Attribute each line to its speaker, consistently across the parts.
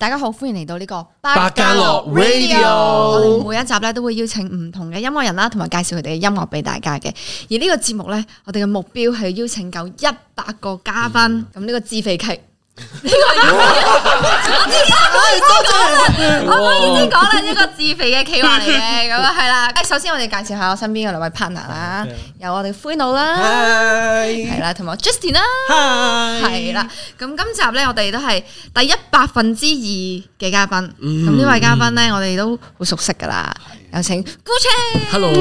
Speaker 1: 大家好，歡迎嚟到呢個
Speaker 2: 百家樂 Radio
Speaker 1: 我哋每一集咧都會邀請唔同嘅音樂人啦，同埋介紹佢哋嘅音樂俾大家嘅。而呢個節目咧，我哋嘅目標係邀請夠一百個嘉賓。
Speaker 2: 嗯
Speaker 1: 咁呢個自肥期。我已經講啦，呢個自肥嘅企劃嚟 嘅，咁啊係啦。誒，首先我哋介紹下我身邊嘅兩位 partner 啦，有我哋灰佬啦，係啦，同埋我 Justin 啦，係啦。咁今集咧，我哋都係第一百分之二嘅嘉賓。咁呢位嘉賓咧，我哋都好熟悉噶啦，有請 Gucci。
Speaker 2: Hello，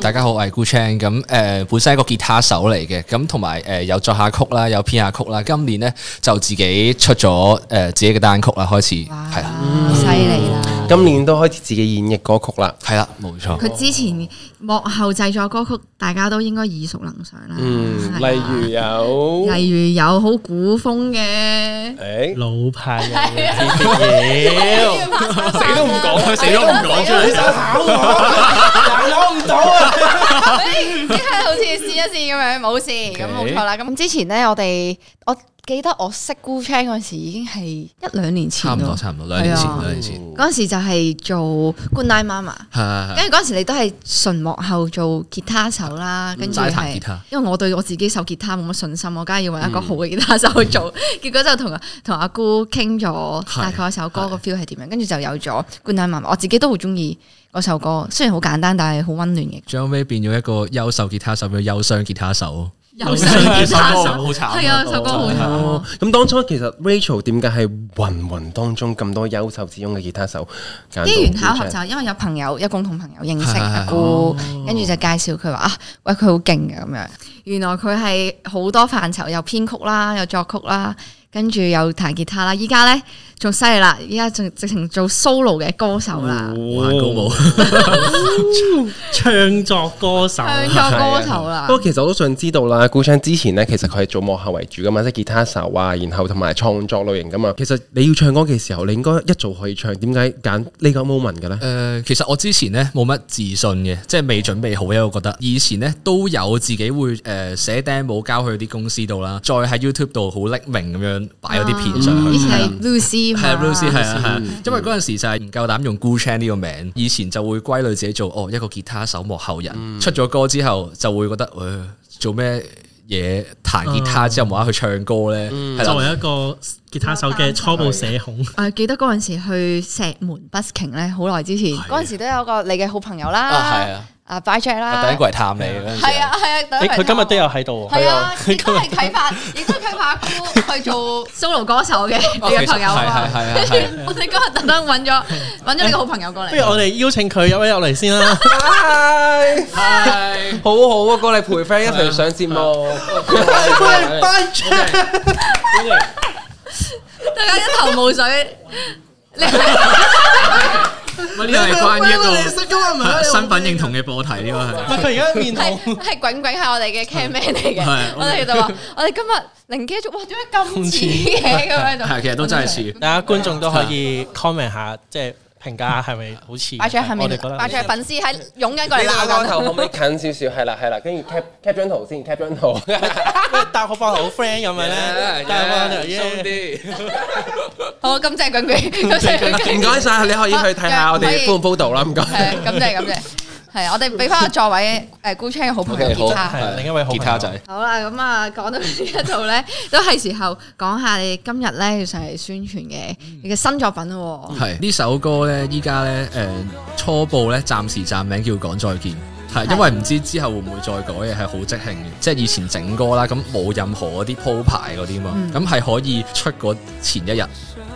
Speaker 3: 大家好，我係 Gu Chan，咁誒、呃本身係一個吉他手嚟嘅，咁同埋誒有作下曲啦，有編下曲啦，今年咧就自己出咗誒、呃自己嘅單曲啦，開始
Speaker 1: 哇
Speaker 3: 係啦，，
Speaker 2: 啊
Speaker 1: 犀利啦！
Speaker 2: 今年都開始自己演繹歌曲啦。
Speaker 3: 係啦，冇
Speaker 2: 嗯
Speaker 3: 錯，
Speaker 1: 佢之前幕後製作歌曲，大家都應該耳熟能詳啦。
Speaker 2: 嗯，
Speaker 1: 係
Speaker 2: 例
Speaker 1: 啊
Speaker 2: 如有，
Speaker 1: 例如有好古風嘅，
Speaker 2: 誒，
Speaker 4: 老派嘅
Speaker 2: 死都唔講，佢死都唔講出嚟，
Speaker 5: 即係好似試一試咁樣，冇事咁冇錯啦。咁之前咧，我哋我記得我識 g o o c h a n 嗰陣時，已經係
Speaker 1: 一兩年前
Speaker 3: 差唔多，
Speaker 1: 喎
Speaker 3: 差唔多兩年前
Speaker 1: 係，啊
Speaker 3: 兩年前，
Speaker 1: 嗰陣時就係做 Good Night Mama，
Speaker 3: 係係係
Speaker 1: 跟住嗰陣時你都係啊純幕後做吉他手啦，跟住
Speaker 3: 嗯齋彈吉
Speaker 1: 係
Speaker 3: 他
Speaker 1: 因為我對我自己手吉他冇乜信心，我梗係要揾一個好嘅吉他手去
Speaker 3: 嗯
Speaker 1: 做，結果就同同阿姑傾咗
Speaker 3: 係
Speaker 1: 大概一首歌個 feel 係點樣，跟住就有咗 Good Night Mama，我自己都好中意嗰首歌，雖然好簡單，但係好温暖嘅。
Speaker 3: 最後尾變咗一個優秀吉他手，變咗憂傷吉他
Speaker 1: 哦
Speaker 3: 手，
Speaker 1: 有首吉他手
Speaker 4: 好慘啊
Speaker 1: 係啊，首歌好慘
Speaker 2: 哦
Speaker 1: 啊。，
Speaker 2: 咁當初其實 Rachel 點解係芸芸當中咁多優秀之中嘅吉他手揀到
Speaker 1: 機緣巧合
Speaker 2: Gucci？
Speaker 1: 就係因為有朋友有共同朋友認識
Speaker 3: 係係
Speaker 1: 阿姑，跟住就介紹佢話啊，喂佢好勁嘅咁樣。原來佢係好多範疇，有編曲啦，有作曲啦，跟住有彈吉他啦。依家咧仲犀利啦，依家仲直情做 solo 嘅歌手啦，
Speaker 3: 玩高舞，
Speaker 4: 唱作歌手，
Speaker 1: 唱作歌手啦
Speaker 2: 不。過其實我都想知道啦 g u c h a n 之前呢，其實佢係做幕後為主噶嘛，即係吉他手啊，然後同埋創作類型噶嘛。其實你要唱歌嘅時候，你應該一早可以唱，點解揀呢個 moment 嘅咧？
Speaker 3: 誒、呃其實我之前咧冇乜自信嘅，即係未準備好嘅。我覺得以前咧都有自己會誒、呃寫 demo 交去啲公司度啦，再喺 YouTube 度好匿名咁樣擺咗啲片上
Speaker 1: 啊嗯以
Speaker 3: 去。
Speaker 1: 前係 Lucy 嘛
Speaker 3: 係 Lucy 係啊係啊，因為嗰陣時就係唔夠膽用 Gu Chan 呢個名，以前就會歸類自己做哦一個吉他手幕後人。出咗歌之後就會覺得，誒做咩嘢彈吉他之後冇得去唱歌咧？係
Speaker 4: 作
Speaker 3: 啦，
Speaker 4: 為一個吉他手嘅初步社恐，
Speaker 1: 我記得嗰陣時去石門 busking 咧，好耐之前。
Speaker 5: 嗰陣時都有個你嘅好朋友啦，
Speaker 3: 啊係啊，
Speaker 5: 啊 b y Jack 啦，
Speaker 3: 第一個嚟探你嗰陣時
Speaker 5: 係啊係啊，
Speaker 6: 誒，佢今日都有喺度喎。
Speaker 5: 係啊，亦都係啟發，亦都係啟發阿姑去做
Speaker 1: solo 歌手嘅你
Speaker 3: 哦
Speaker 1: 嘅朋友
Speaker 3: 其實係
Speaker 1: 啊嘛，
Speaker 3: 係係係 係。
Speaker 1: 我哋今日特登揾咗揾咗你個好朋友過嚟
Speaker 6: 不。如我哋邀請佢入一入嚟先啦。
Speaker 2: 好好啊，過嚟陪 friend 一齊上節目。
Speaker 1: 大家一頭霧水。你
Speaker 3: 呢個係關於一個身份認同嘅課題，呢個係。
Speaker 6: 喂，佢而家面
Speaker 5: 係
Speaker 6: 紅，
Speaker 5: 係滾滾下我哋嘅 cameraman 嚟嘅
Speaker 3: 係，
Speaker 5: 我哋就話我哋今日靈機一觸，哇點解咁似嘅咁樣就
Speaker 3: 係，其實都真係似。
Speaker 6: 大家觀眾都可以 comment 下，即係評價下係咪好似
Speaker 5: b y Jack 係咪
Speaker 6: 我哋覺
Speaker 5: b y
Speaker 6: 得
Speaker 5: Jack 粉絲喺湧緊過
Speaker 2: 你
Speaker 5: 嚟
Speaker 2: 個
Speaker 5: 鬧
Speaker 2: 個
Speaker 5: 緊
Speaker 2: 頭可唔可以近少少？係啦，係啦，跟住 cap cap 張圖先，cap 張圖。
Speaker 6: 大學放學好 friend 咁樣咧，大學放學耶
Speaker 5: 好，咁就係滾滾，咁就係滾滾。
Speaker 2: 該晒，你可以去睇下我
Speaker 5: 可
Speaker 2: 哋
Speaker 5: 以
Speaker 2: 報唔報道啦，唔該。
Speaker 5: 係咁就係咁嘅，係我哋俾翻個座位誒 g o o c h a n 嘅好朋友
Speaker 3: OK，好
Speaker 5: 吉他。
Speaker 6: 係另一位好朋
Speaker 3: 吉
Speaker 6: 友
Speaker 3: 他仔，
Speaker 1: 好啦，咁啊，講到呢一度 咧，都係時候講下你今日咧要上嚟宣傳嘅
Speaker 3: 嗯
Speaker 1: 你嘅新作品咯喎。
Speaker 3: 係哦呢首歌咧，依家咧誒初步咧暫時暫名叫講再見。係，因為唔知之後會唔會再改嘅，係好即興嘅，即係以前整歌啦，咁冇任何嗰啲鋪排嗰啲嘛，咁係、可以出嗰前一日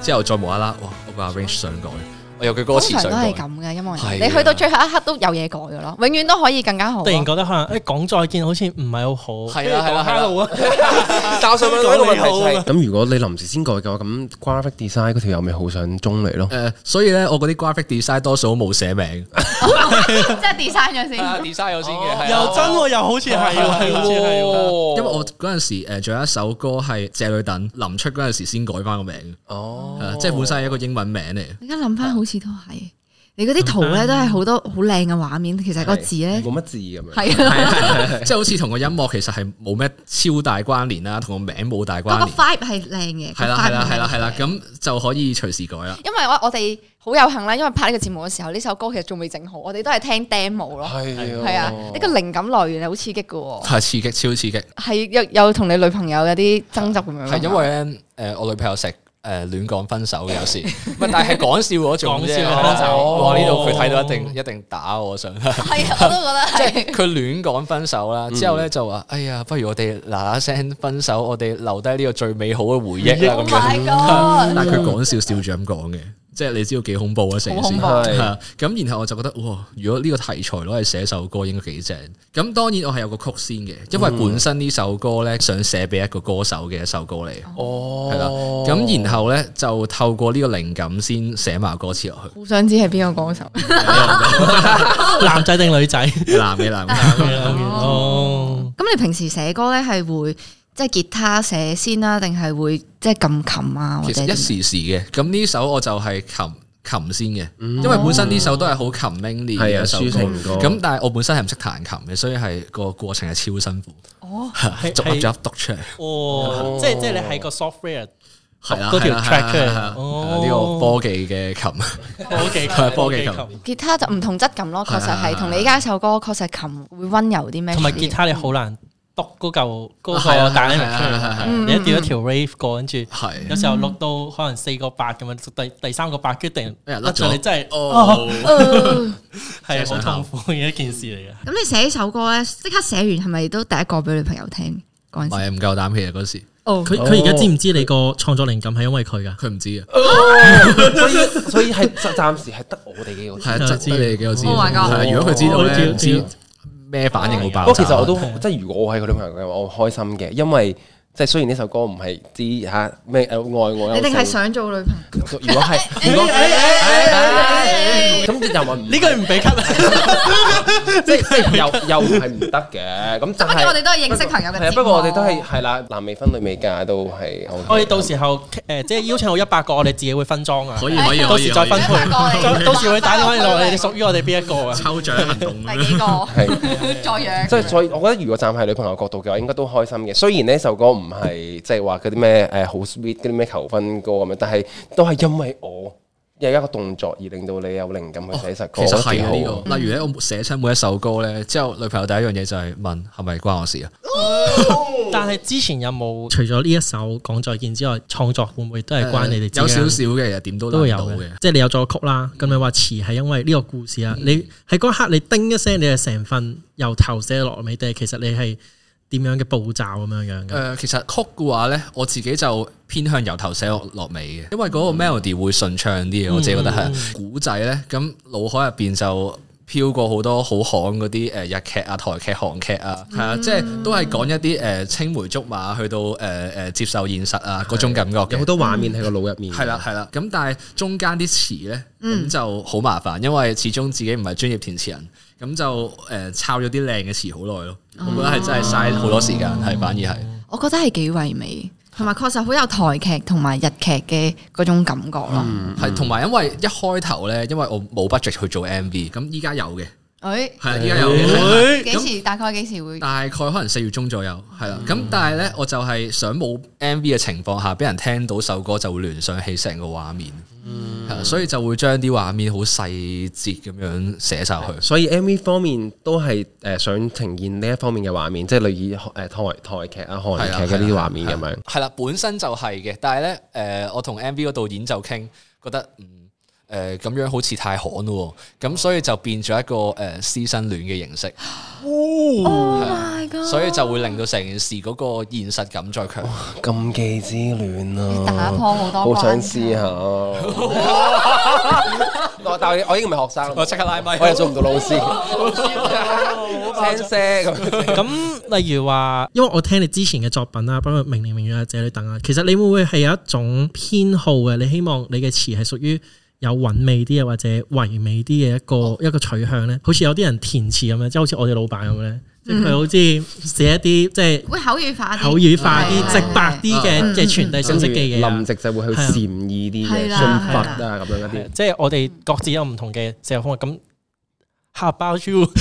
Speaker 3: 之後再無啦啦，哇！我個 arrange 想改，我有句歌
Speaker 1: 通
Speaker 3: 詞
Speaker 1: 常
Speaker 3: 想
Speaker 1: 都係
Speaker 3: 改，
Speaker 1: 咁嘅，音樂人
Speaker 3: 係啊
Speaker 5: 你去到最後一刻都有嘢改嘅咯，永遠都可以更加好
Speaker 6: 突。然覺得可能誒講再見好似唔係好好，
Speaker 3: 係啦係啦係啦
Speaker 6: hello 啊，
Speaker 2: 但我想問一個問題就
Speaker 6: 講你
Speaker 2: 係
Speaker 6: 好
Speaker 2: 咁如果你臨時先改嘅話，咁 graphic design 嗰條友咪好想中你咯
Speaker 3: 誒、？所以咧我嗰啲 graphic design 多數都冇寫 名
Speaker 5: 即係 design 咗先，
Speaker 3: 啊，design 咗先嘅
Speaker 6: 又真喎，又好似啊係喎，好似係
Speaker 3: 因
Speaker 6: 喎。
Speaker 3: 為我嗰陣時誒仲有一首歌係謝女等臨出嗰陣時先改翻個名，啊
Speaker 2: 哦
Speaker 3: 係啦即係本身係一個英文名嚟嘅。
Speaker 1: 而家諗翻好似都係。你嗰啲圖咧都係好多好靚嘅畫面，其實個字咧
Speaker 2: 冇乜字咁樣，
Speaker 1: 係啊，
Speaker 3: 即係好似同個音樂其實係冇咩超大關聯啦，同個名冇大
Speaker 1: 嗰個
Speaker 3: 關聯，
Speaker 1: vibe 係靚嘅，
Speaker 3: 係啦係啦
Speaker 1: 個 vibe
Speaker 3: 係啦
Speaker 1: 靚
Speaker 3: 係啦，
Speaker 1: 嘅
Speaker 3: 咁就可以隨時改啦。
Speaker 5: 因為我我哋好有幸啦，因為拍呢個節目嘅時候，呢首歌其實仲未整好，我哋都係聽 demo 咯。
Speaker 3: 哦
Speaker 2: 係
Speaker 5: 係啊，呢個靈感來源係好刺激嘅喎，
Speaker 3: 係刺激，超刺激。
Speaker 5: 係有有同你女朋友有啲爭執咁
Speaker 1: 嗯
Speaker 5: 樣。
Speaker 3: 係因為咧，誒我女朋友成誒亂講分手嘅有時，唔係但係講笑嗰種啫。
Speaker 4: 講笑分手
Speaker 3: 我呢度佢睇到一定一定打我想。
Speaker 5: 係啊，我都覺得係。
Speaker 3: 佢亂講分手啦，之後咧就話：哎呀，不如我哋嗱嗱聲分手，我哋留低呢個最美好嘅回憶啦
Speaker 5: Oh
Speaker 3: 咁樣。
Speaker 5: my god！
Speaker 3: 但係佢講笑笑住咁講嘅，即係你知道幾恐怖啊成件
Speaker 5: 好
Speaker 3: 事
Speaker 5: 恐。怖
Speaker 3: 係
Speaker 2: 係
Speaker 3: 啊咁然後我就覺得，哇！如果呢個題材攞嚟寫首歌，應該幾正。咁當然我係有個曲先嘅，因為本身呢首歌咧想寫俾一個歌手嘅一首歌嚟，
Speaker 2: 哦
Speaker 3: 係啦。咁然後咧就透過呢個靈感先寫埋歌詞落 去。
Speaker 5: 好想知係邊個歌手？
Speaker 6: 哦
Speaker 4: 男仔定女仔？
Speaker 3: 男嘅 男嘅，
Speaker 4: 哦，
Speaker 1: 哦咁你平時寫歌咧係會即係吉他寫先啦，定係會即係撳琴啊，或
Speaker 3: 其
Speaker 1: 者
Speaker 3: 實一
Speaker 1: 點
Speaker 3: 時時嘅。咁呢首我就係琴琴先嘅，
Speaker 4: 嗯
Speaker 3: 因為本身呢首都係好琴 m i n
Speaker 2: 係
Speaker 3: 嘅
Speaker 2: 啊
Speaker 3: 一首
Speaker 2: 抒情歌
Speaker 3: 歌。咁但係我本身係唔識彈琴嘅，所以係個過程係超辛苦。
Speaker 5: 哦，
Speaker 3: 係 逐粒
Speaker 4: 係
Speaker 3: 逐粒讀出嚟。
Speaker 4: 哦，即係即係你喺個 software
Speaker 3: 係啦
Speaker 4: 嗰條
Speaker 3: 係啦
Speaker 4: 啊
Speaker 3: 啊
Speaker 4: track 出
Speaker 3: 係
Speaker 4: 嚟
Speaker 3: 啦係啦
Speaker 4: 哦
Speaker 3: 呢個科技嘅琴，
Speaker 4: 科技
Speaker 3: 係科技琴
Speaker 5: 吉他就唔同質感咯，確實係
Speaker 3: 係
Speaker 5: 同你依家首歌確實琴會温柔啲咩？
Speaker 4: 同埋吉他你好難篤嗰嚿嗰個
Speaker 3: 係啊係啊
Speaker 4: dynamic 出
Speaker 3: 係啊係啊係啊嗯
Speaker 4: 嚟，你一調一條 rave 過，跟住
Speaker 3: 係
Speaker 4: 有時候錄到可能四個八咁樣，第第三個八跟住突然
Speaker 3: 哎呀甩咗
Speaker 4: 你真係
Speaker 3: 哦，
Speaker 4: 係好痛苦嘅一件事嚟嘅。
Speaker 1: 咁你寫呢首歌咧，即刻寫完係咪都第一個俾女朋友聽嗰
Speaker 3: 唔
Speaker 1: 陣時？
Speaker 3: 係唔夠膽其實嗰時
Speaker 1: 哦，
Speaker 4: 佢佢而家知唔知你個創作靈感係因為佢噶？
Speaker 3: 佢唔知啊，
Speaker 2: 所以所以係暫暫時係得我哋幾個知。
Speaker 3: 係啊，
Speaker 4: 真係
Speaker 3: 執
Speaker 4: 知
Speaker 3: 得你幾個知，
Speaker 1: Oh my god
Speaker 3: 係如果佢知道
Speaker 4: 我知
Speaker 3: 咧，
Speaker 4: 我
Speaker 3: 唔
Speaker 4: 知
Speaker 3: 知咩反應會
Speaker 2: 不
Speaker 3: 爆
Speaker 2: 過
Speaker 3: 炸
Speaker 2: 其實我都即係如果我係佢女朋友嘅話，我開心嘅，因為即係雖然呢首歌唔係知嚇咩愛我啊有
Speaker 1: 你定係
Speaker 2: 性
Speaker 1: 想做女朋友？
Speaker 2: 如果係，如果咁又話唔
Speaker 4: 呢句唔俾 cut 啊！
Speaker 2: 即係又又係唔得嘅。咁
Speaker 5: 啊
Speaker 2: 但
Speaker 1: 畢竟我哋
Speaker 2: 係
Speaker 1: 都係認識朋友嘅節目
Speaker 2: 係啊，不過我哋都 係係啦，男未婚女未嫁都係。
Speaker 4: 我哋到時候誒，即係邀請好一百個，我哋自己會分裝啊。
Speaker 3: 可以可以
Speaker 4: 到
Speaker 3: 可以
Speaker 4: 時再分
Speaker 3: 可以
Speaker 4: 配
Speaker 5: 可以可以，
Speaker 4: 到到時會打電話嚟，我哋屬於我哋邊一個啊？
Speaker 3: 抽獎行動咁
Speaker 5: 第幾
Speaker 3: 樣，
Speaker 5: 個？
Speaker 2: 係。
Speaker 5: 再養
Speaker 2: 即係所以，我覺得如果站喺女朋友角度嘅話，應該都開心嘅。雖然呢首歌唔係即係話嗰啲咩誒好 sweet 嗰啲咩求婚歌咁樣，但係都係因為我有一個動作而令到你有靈感去寫首歌。
Speaker 3: 其
Speaker 4: 哦
Speaker 3: 實係
Speaker 2: 我
Speaker 3: 啊
Speaker 2: 覺得幾好
Speaker 3: 呢個。例如咧，我寫親每一首歌咧，之後女朋友第一樣嘢就係問係咪關我事啊？
Speaker 4: 但係之前有冇除咗呢一首《講再見》之外，創作會唔會都係關 你哋自己啊？
Speaker 3: 呃有少少嘅，點都
Speaker 4: 都會
Speaker 3: 諗
Speaker 4: 有
Speaker 3: 到
Speaker 4: 嘅
Speaker 3: 嘅。，嗯
Speaker 4: 即係你有作曲啦，咁你話詞係因為呢個故事啦，你喺嗰一刻你叮一聲，你係成份由頭寫落尾，定係其實你係點樣嘅步驟咁樣樣嘅？
Speaker 3: 誒，其實曲嘅話咧，我自己就偏向由頭寫落落尾嘅，因為嗰個
Speaker 4: 嗯
Speaker 3: melody 會順暢啲嘅，我自己覺得係。古仔咧，咁腦海入邊就飄過好多好行嗰啲誒日劇啊、台劇、韓劇啊，係
Speaker 4: 嗯
Speaker 3: 啊，即係都係講一啲誒青梅竹馬去到誒誒接受現實啊嗰種感覺
Speaker 2: 有好
Speaker 3: 嘅。
Speaker 2: 多畫面喺個腦入面。
Speaker 3: 係啦，係啦，咁但係中間啲詞咧，
Speaker 5: 嗯
Speaker 3: 咁就好麻煩，因為始終自己唔係專業填詞人，咁就誒抄咗啲靚嘅詞好耐咯。
Speaker 5: 哦
Speaker 3: 我覺得係真係嘥好多時間，係反而係。
Speaker 1: 我覺得係幾唯美，同埋確實好有台劇同埋日劇嘅嗰種感覺咯。
Speaker 5: 嗯
Speaker 3: 係，同埋因為一開頭咧，因為我冇 budget 去做 MV，咁依家有嘅，
Speaker 1: 哎
Speaker 5: 誒，
Speaker 3: 係啊，依家有嘅，
Speaker 5: 幾時嗯大概幾時會？
Speaker 3: 大概可能四月中左右，係啦。咁但係咧，我就係想冇 MV 嘅情況下，俾人聽到首歌就會聯想起成個畫面，
Speaker 5: 嗯
Speaker 3: 係啦所以就會將啲畫面好細節咁樣寫晒去。
Speaker 2: 所以 MV 方面都係誒想呈現呢一方面嘅畫面，即係類似誒台台劇啊、韓劇嗰啲畫面咁樣。
Speaker 3: 係啦，本身就係嘅，但係咧，誒、我同 MV 嗰導演就傾，覺得嗯誒咁、樣好似太寒咯喎，
Speaker 2: 哦
Speaker 3: 咁所以就變咗一個誒、師生戀嘅形式。
Speaker 1: Oh
Speaker 3: 係啊所以就會令到成件事嗰個現實感再強。
Speaker 2: 禁忌之戀啊！
Speaker 5: 打破好多
Speaker 2: 好想
Speaker 5: 關
Speaker 1: 啊
Speaker 2: 試下。 我但係我已經唔係學生啦，
Speaker 3: 我即刻拉咪啊
Speaker 2: 我又做唔到老 師。青聲咁，
Speaker 4: 咁例如話，因為我聽你之前嘅作品啦，包括《明年明月啊、這裏等》啊，其實你會唔會係有一種偏好嘅？你希望你嘅詞係屬於有韻味啲啊，哦或者唯美啲嘅一個一個取向咧？好似有啲人填詞咁樣，即係好似我哋老闆咁咧，即係佢好似寫一啲即係
Speaker 1: 會口語化啲，
Speaker 4: 口語化啲、
Speaker 1: 係啊
Speaker 4: 直白啲嘅
Speaker 3: 嗯
Speaker 4: 嘅傳遞信息嘅嘢啊
Speaker 2: 林。夕就會去
Speaker 4: 係啊
Speaker 2: 禪意啲嘅
Speaker 1: 係
Speaker 2: 信
Speaker 1: 啦
Speaker 2: 佛啊咁樣嗰啲
Speaker 6: 係，即係我哋各自有唔同嘅寫作方法。咁 How about you？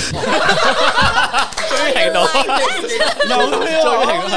Speaker 3: 追平到，
Speaker 4: 哦
Speaker 2: 啊
Speaker 4: 啊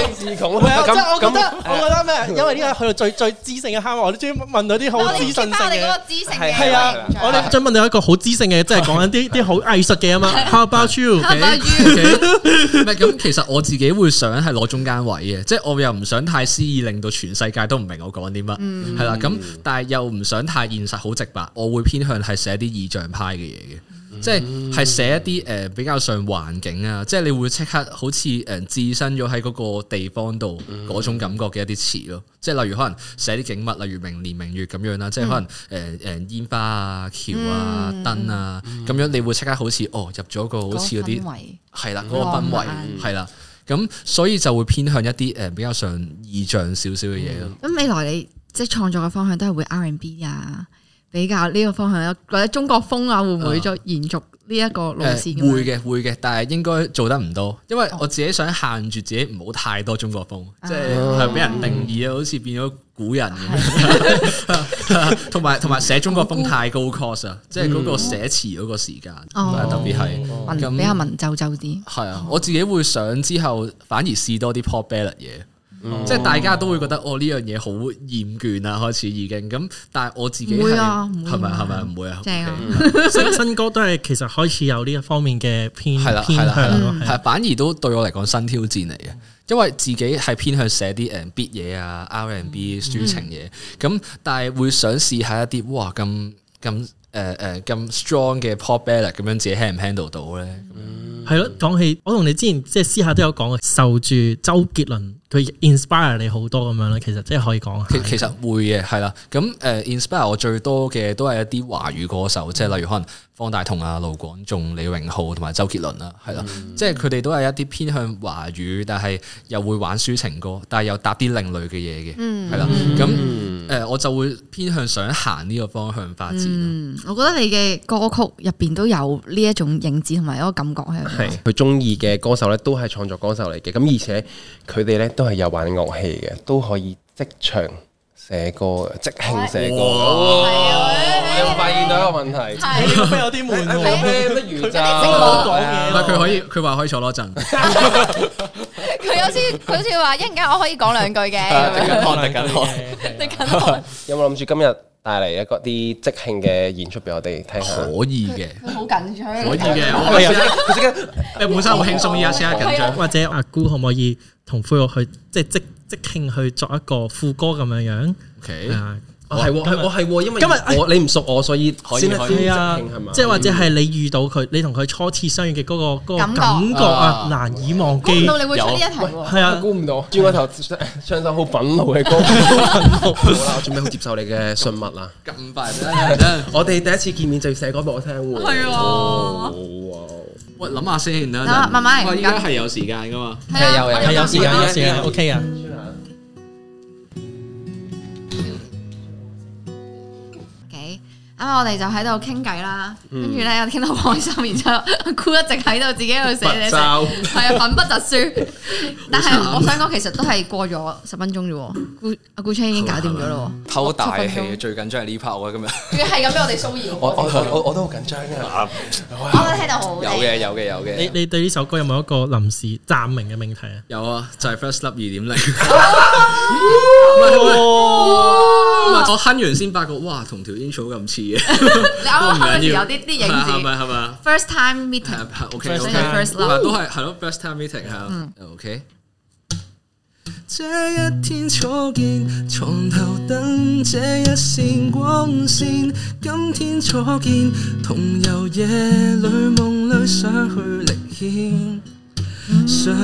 Speaker 2: 自 窮
Speaker 6: 唔係啊，即係
Speaker 2: 咁
Speaker 6: 我覺
Speaker 2: 咁
Speaker 6: 得，我覺得咩？因為呢個去到最最知性嘅 How，我哋終於問到啲好
Speaker 1: 我
Speaker 6: 資
Speaker 1: 哋
Speaker 6: 訊性
Speaker 1: keep 翻我哋嗰
Speaker 6: 嘅。
Speaker 1: 個知性
Speaker 2: 係
Speaker 1: 嘅
Speaker 6: 係啊
Speaker 1: 形象
Speaker 6: 我哋
Speaker 4: 想問你一個好知性嘅，即係講緊啲啲好藝術嘅啊嘛。How about you？
Speaker 1: How about you？
Speaker 3: 唔係咁，其實我自己會想係攞中間位嘅，即係我又唔想太詩意，令到全世界都唔明我講啲乜，係啦、咁但係又唔想太現實，好直白，我會偏向係寫啲意象派嘅嘢嘅。即係係寫一啲誒、呃比較上環境啊，即係你會即刻好似誒、呃置身咗喺嗰個地方度嗰種感覺嘅一啲詞咯，即係例如可能寫啲景物，例如明年明月咁樣啦，即係可能誒誒煙花啊、橋啊、燈啊咁樣，你會即刻好似哦入咗個好似嗰啲
Speaker 5: 嗰個氛圍
Speaker 1: 嗯
Speaker 3: 係啦嗰個氛圍係啦，咁所以就會偏向一啲誒、呃比較上意象少少嘅嘢咯。
Speaker 1: 咁未來你即係創作嘅方向都係會 R&B 啊，比較呢個方向啊，或者中國風啊，會唔會再延續呢一個路線咁
Speaker 3: 誒
Speaker 1: 樣？
Speaker 3: 呃
Speaker 1: 哦
Speaker 3: 會嘅會嘅，但係應該做得唔多，因為我自己想限住自己唔好太多中國風，
Speaker 1: 啊
Speaker 3: 即係係俾人定義啊，好似變咗古人 咁。 同埋同埋寫中國風太高 cost 啊，即係嗰個寫詞嗰個時間，
Speaker 1: 嗯哦
Speaker 3: 特別係
Speaker 1: 文
Speaker 3: 咁
Speaker 1: 比較文縐縐啲。
Speaker 3: 係啊，我自己會想之後反而試多啲 pop ballad 嘢。即係大家都會覺得哦呢樣嘢好厭倦啊，開始已經咁，但係我自己
Speaker 1: 唔會
Speaker 3: 係
Speaker 1: 啊唔會
Speaker 3: 係咪
Speaker 1: 啊
Speaker 3: 係咪唔會啊？
Speaker 1: 正啊
Speaker 3: OK
Speaker 4: 新新歌都係其實開始有呢一方面嘅偏
Speaker 3: 係啦，
Speaker 4: 偏
Speaker 3: 係啦，係
Speaker 4: 向咯
Speaker 3: 啦，，
Speaker 4: 係
Speaker 1: 嗯
Speaker 3: 係反而都對我嚟講新挑戰嚟嘅，因為自己係偏向寫啲誒 beat 嘢啊、R&B
Speaker 1: 嗯
Speaker 3: 抒情嘢，咁、但係會想試下一啲哇咁咁誒誒咁 strong 嘅 pop ballad 咁樣自己 handle 唔 handle 到咧？
Speaker 6: 嗯
Speaker 4: 係咯。講起我同你之前即係私下都有講嘅，受住周杰倫佢 inspire 你好多咁樣啦。其實即係可以講
Speaker 3: 其
Speaker 4: 下。
Speaker 3: 其實會嘅，係啦。咁誒、呃 inspire 我最多嘅都係一啲華語歌手，
Speaker 2: 嗯
Speaker 3: 即係例如可能方大同啊、盧廣仲、李榮浩同埋周杰倫啦，係啦。
Speaker 2: 嗯
Speaker 3: 即係佢哋都係一啲偏向華語，但係又會玩抒情歌，但係又搭啲另類嘅嘢嘅，
Speaker 2: 嗯
Speaker 3: 係啦。咁誒、呃我就會偏向想行呢個方向發展咯。
Speaker 1: 嗯，我覺得你嘅歌曲入邊都有呢一種影子同埋一個感覺喺度。
Speaker 2: 係佢中意嘅歌手咧，都係創作歌手嚟嘅。咁而且佢哋咧都係有玩樂器嘅，都可以即場寫歌嘅，即興寫歌。你有冇發現到一個問題？
Speaker 6: 你個 friend 有啲悶喎，
Speaker 2: 不如就啊
Speaker 3: 唔係佢可以，佢話可以坐多陣，
Speaker 5: 佢好似佢好似話一陣間我可以講兩句嘅，咁樣
Speaker 6: 講兩句嘅
Speaker 5: 你近我
Speaker 2: 有冇諗住今日帶嚟一個啲即興嘅演出俾我哋聽下？哎
Speaker 3: 可以嘅，
Speaker 5: 佢好緊張
Speaker 3: 可以嘅。
Speaker 4: 啊
Speaker 3: 我
Speaker 6: 我又
Speaker 3: 我即刻，你本身好輕鬆，依家即刻緊張。
Speaker 4: 或者阿姑可唔可以同灰玉去即係即即興去作一個副歌咁樣樣？
Speaker 3: OK，
Speaker 4: 係啊，
Speaker 2: 我哦係喎，係我係喎，因為
Speaker 4: 今日
Speaker 2: 我你唔熟我，所以
Speaker 3: 可以
Speaker 2: 先
Speaker 3: 可以
Speaker 2: 先即
Speaker 4: 係
Speaker 2: 興
Speaker 4: 啊
Speaker 2: 係嘛，？
Speaker 4: 即係或者係你遇到佢，你同佢初次相遇嘅嗰個嗰個
Speaker 5: 感覺
Speaker 4: 感覺啊
Speaker 3: 啊，
Speaker 4: 難以忘
Speaker 5: 估唔
Speaker 4: 記。
Speaker 5: 到你會出呢一題
Speaker 2: 有
Speaker 5: 喎。
Speaker 4: 係啊，
Speaker 2: 哎估唔到，轉個頭唱首好憤怒嘅歌。 好啦，我準備好接受你嘅信物啦。
Speaker 3: 咁快得。
Speaker 2: 我哋第一次見面就要寫歌俾我聽喎。
Speaker 5: 係啊，
Speaker 3: 喂，諗下先啦，
Speaker 1: 諗下慢慢嚟
Speaker 3: 我
Speaker 1: 唔
Speaker 3: 依
Speaker 1: 緊
Speaker 3: 家係有時間噶嘛？
Speaker 2: 係啊有有
Speaker 4: 係有時間，
Speaker 2: 有
Speaker 4: 有時間
Speaker 5: 嗯
Speaker 2: 有
Speaker 4: ，OK 啊。
Speaker 1: OK，啱啱我哋就喺度傾偈啦，
Speaker 3: 嗯
Speaker 1: 跟住咧又傾到好開心，然之後 阿姑一直喺度自己喺度寫寫寫，
Speaker 2: 爆
Speaker 1: 係啊，粉筆疾 書。但係我想講，其實都係過咗十分鐘啫喎，姑阿姑車已經
Speaker 3: 啊
Speaker 1: 搞掂咗咯
Speaker 7: 偷大戲最緊張係呢 part 啊！今
Speaker 5: 仲要
Speaker 7: 日
Speaker 5: 係咁俾我哋騷擾。
Speaker 2: 我我我我都好緊張啊㗎。
Speaker 5: 我覺得聽到好好
Speaker 7: 有
Speaker 5: 聽
Speaker 7: 嘅有嘅有
Speaker 4: 你
Speaker 7: 嘅，
Speaker 4: 你對呢首歌有冇一個臨時暫明嘅命題啊？
Speaker 3: 有啊，就係 First Love 二點零。唔係唔係唔係我哼完先發覺，哇，同條 intro 咁似嘅，
Speaker 1: 你啱啱
Speaker 3: 都唔
Speaker 1: 開始
Speaker 3: 緊
Speaker 1: 有啲
Speaker 3: 要。
Speaker 1: 啲
Speaker 3: 係
Speaker 1: 影
Speaker 3: 咪
Speaker 1: 子。
Speaker 3: 係咪
Speaker 1: First time meeting，
Speaker 3: 係 OK
Speaker 6: First
Speaker 3: OK，
Speaker 1: time First love
Speaker 3: 都係係咯，first time meeting 係 OK。這一天初見，床頭燈這一線光線，今天初見，同遊夜裏夢裏想去歷險。想